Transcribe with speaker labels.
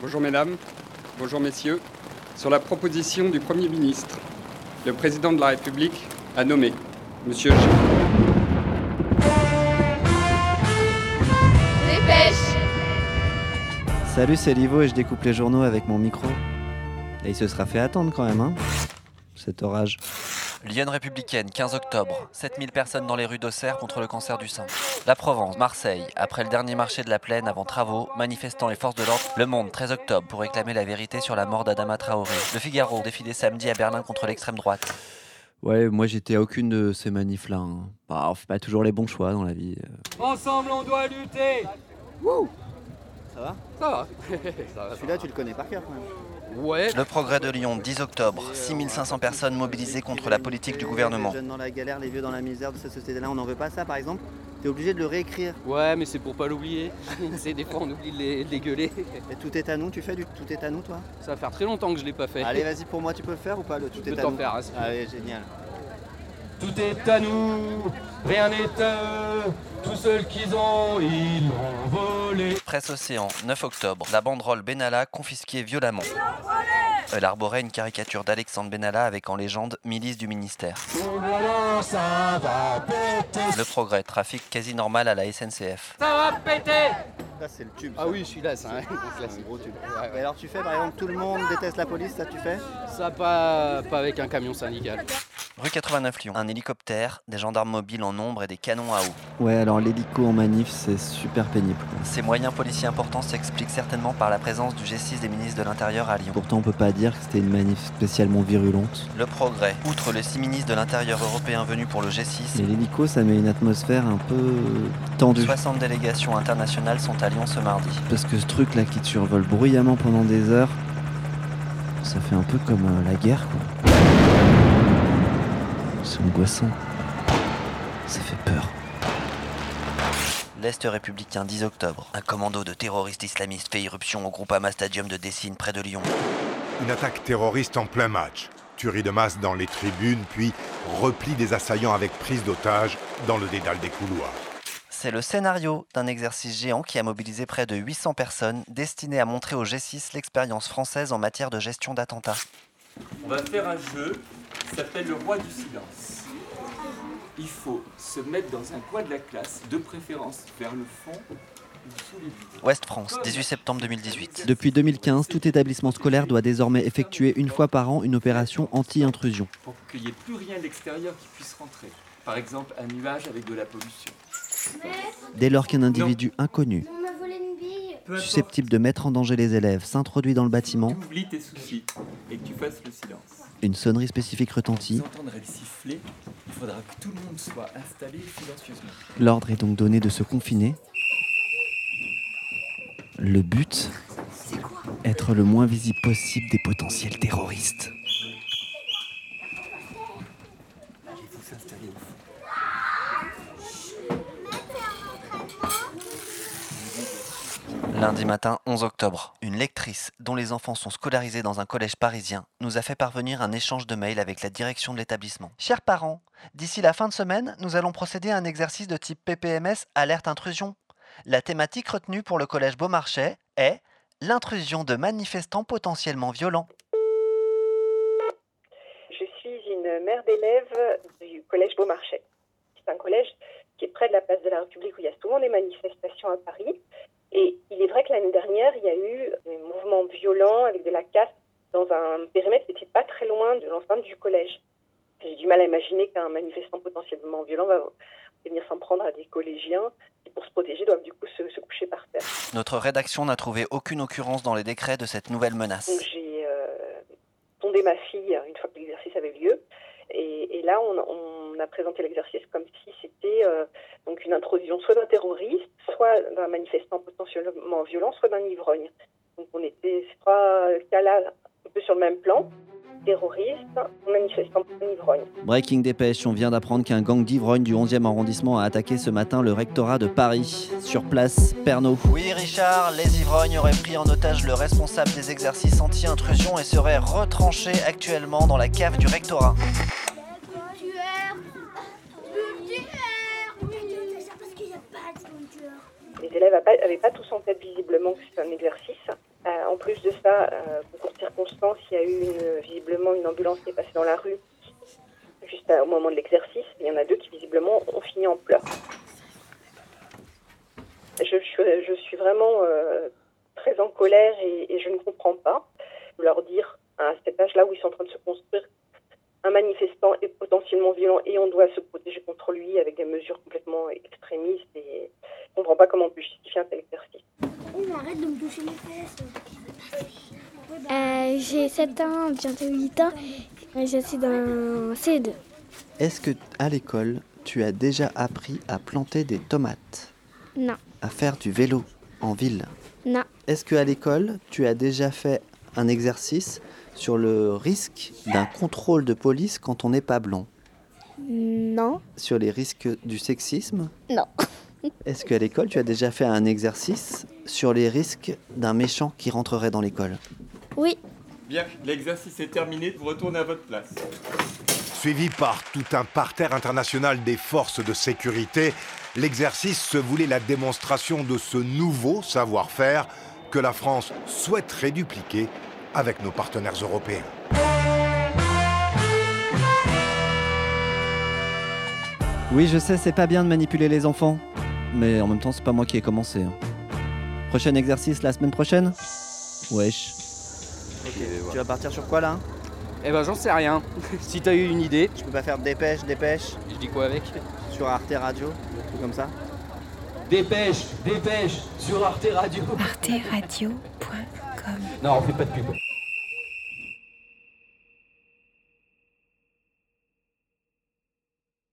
Speaker 1: Bonjour mesdames, bonjour messieurs. Sur la proposition du Premier ministre, le Président de la République a nommé Monsieur G-
Speaker 2: Dépêche
Speaker 3: Salut, c'est Livo et je découpe les journaux avec mon micro. Et il se sera fait attendre quand même, hein Cet orage.
Speaker 4: Lyonne républicaine, 15 octobre. 7000 personnes dans les rues d'Auxerre contre le cancer du sein. La Provence, Marseille, après le dernier marché de la plaine avant travaux, manifestant les forces de l'ordre. Le Monde, 13 octobre, pour réclamer la vérité sur la mort d'Adama Traoré. Le Figaro, défilé samedi à Berlin contre l'extrême droite.
Speaker 3: Ouais, moi j'étais à aucune de ces manifs-là. hein. Bah, on fait pas toujours les bons choix dans la vie.
Speaker 5: Ensemble, on doit lutter
Speaker 6: Ça va Bah,
Speaker 5: Ça va
Speaker 6: Celui-là, tu le connais par cœur quand même.
Speaker 5: Ouais.
Speaker 4: Le Progrès de Lyon, 10 octobre. 6500 personnes mobilisées contre la politique du gouvernement.
Speaker 6: Les jeunes dans la galère, les vieux dans la misère de cette société-là, on n'en veut pas ça par exemple. T'es obligé de le réécrire.
Speaker 5: Ouais, mais c'est pour pas l'oublier. c'est des fois, on oublie de les, de les gueuler.
Speaker 6: Mais tout est à nous, tu fais du tout est à nous toi
Speaker 5: Ça va faire très longtemps que je l'ai pas fait.
Speaker 6: Allez, vas-y, pour moi, tu peux le faire ou pas le tout
Speaker 5: Je
Speaker 6: est
Speaker 5: peux
Speaker 6: à
Speaker 5: t'en
Speaker 6: nous
Speaker 5: faire, hein, si tu veux.
Speaker 6: Allez, génial.
Speaker 7: Tout est à nous, rien n'est à eux. Tout seul qu'ils ont, ils l'ont volé.
Speaker 4: Presse Océan, 9 octobre. La banderole Benalla confisquée violemment. Elle arborait une caricature d'Alexandre Benalla avec en légende Milice du ministère. Le Progrès, trafic quasi normal à la SNCF.
Speaker 5: Ça va péter
Speaker 6: Ça, c'est le tube.
Speaker 5: Ah
Speaker 6: ça.
Speaker 5: oui, celui-là, c'est un
Speaker 6: c'est un
Speaker 5: classique.
Speaker 6: gros tube.
Speaker 5: Ouais,
Speaker 6: Et
Speaker 5: ouais.
Speaker 6: alors, tu fais par exemple, tout le monde déteste la police, ça tu fais
Speaker 5: Ça, pas, pas avec un camion syndical.
Speaker 4: Rue 89 Lyon, un hélicoptère, des gendarmes mobiles en nombre et des canons à eau.
Speaker 3: Ouais, alors l'hélico en manif, c'est super pénible.
Speaker 4: Ces moyens policiers importants s'expliquent certainement par la présence du G6 des ministres de l'Intérieur à Lyon.
Speaker 3: Pourtant, on peut pas dire que c'était une manif spécialement virulente.
Speaker 4: Le progrès, outre les six ministres de l'Intérieur européens venus pour le
Speaker 3: Et
Speaker 4: G6,
Speaker 3: l'hélico, ça met une atmosphère un peu euh, tendue.
Speaker 4: 60 délégations internationales sont à Lyon ce mardi.
Speaker 3: Parce que ce truc-là qui te survole bruyamment pendant des heures, ça fait un peu comme euh, la guerre, quoi. C'est angoissant. Ça fait peur.
Speaker 4: L'Est républicain 10 octobre. Un commando de terroristes islamistes fait irruption au groupe Ama Stadium de Dessine près de Lyon.
Speaker 8: Une attaque terroriste en plein match. Tuerie de masse dans les tribunes, puis repli des assaillants avec prise d'otages dans le dédale des couloirs.
Speaker 4: C'est le scénario d'un exercice géant qui a mobilisé près de 800 personnes destinées à montrer au G6 l'expérience française en matière de gestion d'attentats.
Speaker 9: On va faire un jeu qui s'appelle le roi du silence. Il faut se mettre dans un coin de la classe, de préférence vers le fond ou sous les bureaux.
Speaker 4: Ouest France, 18 septembre 2018.
Speaker 3: Depuis 2015, tout établissement scolaire doit désormais effectuer une fois par an une opération anti-intrusion.
Speaker 9: Pour qu'il n'y ait plus rien de l'extérieur qui puisse rentrer. Par exemple, un nuage avec de la pollution.
Speaker 3: Dès lors qu'un individu inconnu,
Speaker 2: On m'a volé une bille
Speaker 9: Peu importe
Speaker 3: susceptible de mettre en danger les élèves, s'introduit dans le
Speaker 9: que
Speaker 3: bâtiment,
Speaker 9: tu oublies tes soucis et que tu fasses le silence.
Speaker 3: une sonnerie spécifique
Speaker 9: Vous
Speaker 3: retentit.
Speaker 9: entendrez le sifflet, il faudra que tout le monde soit installé silencieusement.
Speaker 3: L'ordre est donc donné de se confiner. Le but Être le moins visible possible des potentiels terroristes.
Speaker 9: Il faut s'installer au fond.
Speaker 4: Lundi matin 11 octobre, une lectrice dont les enfants sont scolarisés dans un collège parisien nous a fait parvenir un échange de mails avec la direction de l'établissement. Chers parents, d'ici la fin de semaine, nous allons procéder à un exercice de type PPMS alerte intrusion. La thématique retenue pour le collège Beaumarchais est l'intrusion de manifestants potentiellement violents.
Speaker 10: Je suis une mère d'élèves du collège Beaumarchais. C'est un collège qui est près de la place de la République où il y a souvent des manifestations à Paris. Et il est vrai que l'année dernière, il y a eu des mouvements violents avec de la casse dans un périmètre qui n'était pas très loin de l'enceinte du collège. J'ai du mal à imaginer qu'un manifestant potentiellement violent va venir s'en prendre à des collégiens qui, pour se protéger, doivent du coup se- se coucher par terre.
Speaker 4: Notre rédaction n'a trouvé aucune occurrence dans les décrets de cette nouvelle menace.
Speaker 10: Donc j'ai euh, sondé ma fille euh, une fois que l'exercice avait lieu. Et, et là, on, on a présenté l'exercice comme si c'était euh, donc une intrusion soit d'un terroriste, soit d'un manifestant potentiellement violent, soit d'un ivrogne. Donc on était ces trois cas-là un peu sur le même plan terroriste, manifestant, ivrogne.
Speaker 3: Breaking Dépêche, on vient d'apprendre qu'un gang d'ivrognes du 11e arrondissement a attaqué ce matin le rectorat de Paris. Sur place, Pernod.
Speaker 4: Oui, Richard, les ivrognes auraient pris en otage le responsable des exercices anti-intrusion et seraient retranchés actuellement dans la cave du rectorat.
Speaker 2: Tueur Tueur Mais tu fais ça parce qu'il n'y a pas de bon tueur
Speaker 10: Les élèves n'avaient pas, avaient pas tous en tête visiblement que c'est un exercice. Euh, en plus de ça, euh, pour circonstance, il y a eu une- visiblement une ambulance qui est passée dans la rue juste à- au moment de l'exercice. Il y en a deux qui visiblement ont fini en pleurs. Je, suis- je suis vraiment euh, très en colère et, et je ne comprends pas leur dire à cet âge-là où ils sont en train de se construire un manifestant est potentiellement violent et on doit se protéger contre lui avec des mesures complètement extrémistes et je comprends pas comment on peut justifier un tel exercice.
Speaker 2: Oh, mais arrête de me toucher les fesses. Euh, j'ai 7 ans, bientôt 8 ans, et je suis dans C2.
Speaker 3: Est-ce que à l'école, tu as déjà appris à planter des tomates,
Speaker 2: Non,
Speaker 3: à faire du vélo en ville
Speaker 2: non,
Speaker 3: Est-ce que à l'école, tu as déjà fait un exercice sur le risque d'un contrôle de police quand on n'est pas blanc
Speaker 2: non,
Speaker 3: Sur les risques du sexisme
Speaker 2: non,
Speaker 3: Est-ce qu'à l'école, tu as déjà fait un exercice sur les risques d'un méchant qui rentrerait dans l'école
Speaker 2: oui,
Speaker 9: Bien, l'exercice est terminé, vous retournez à votre place.
Speaker 8: Suivi par tout un parterre international des forces de sécurité, l'exercice se voulait la démonstration de ce nouveau savoir-faire que la France souhaite rédupliquer avec nos partenaires européens.
Speaker 3: Oui, je sais, c'est pas bien de manipuler les enfants. Mais en même temps, c'est pas moi qui ai commencé. hein. Prochain exercice la semaine prochaine Wesh.
Speaker 6: Tu vas partir sur quoi là
Speaker 5: Eh ben j'en sais rien. si t'as eu une idée,
Speaker 6: Je peux pas faire dépêche, dépêche
Speaker 5: je dis quoi avec
Speaker 6: sur Arte Radio, un truc comme ça.
Speaker 7: Dépêche, dépêche, sur Arte Radio.
Speaker 11: Arte Radio.com
Speaker 7: Non, on fait pas de pub.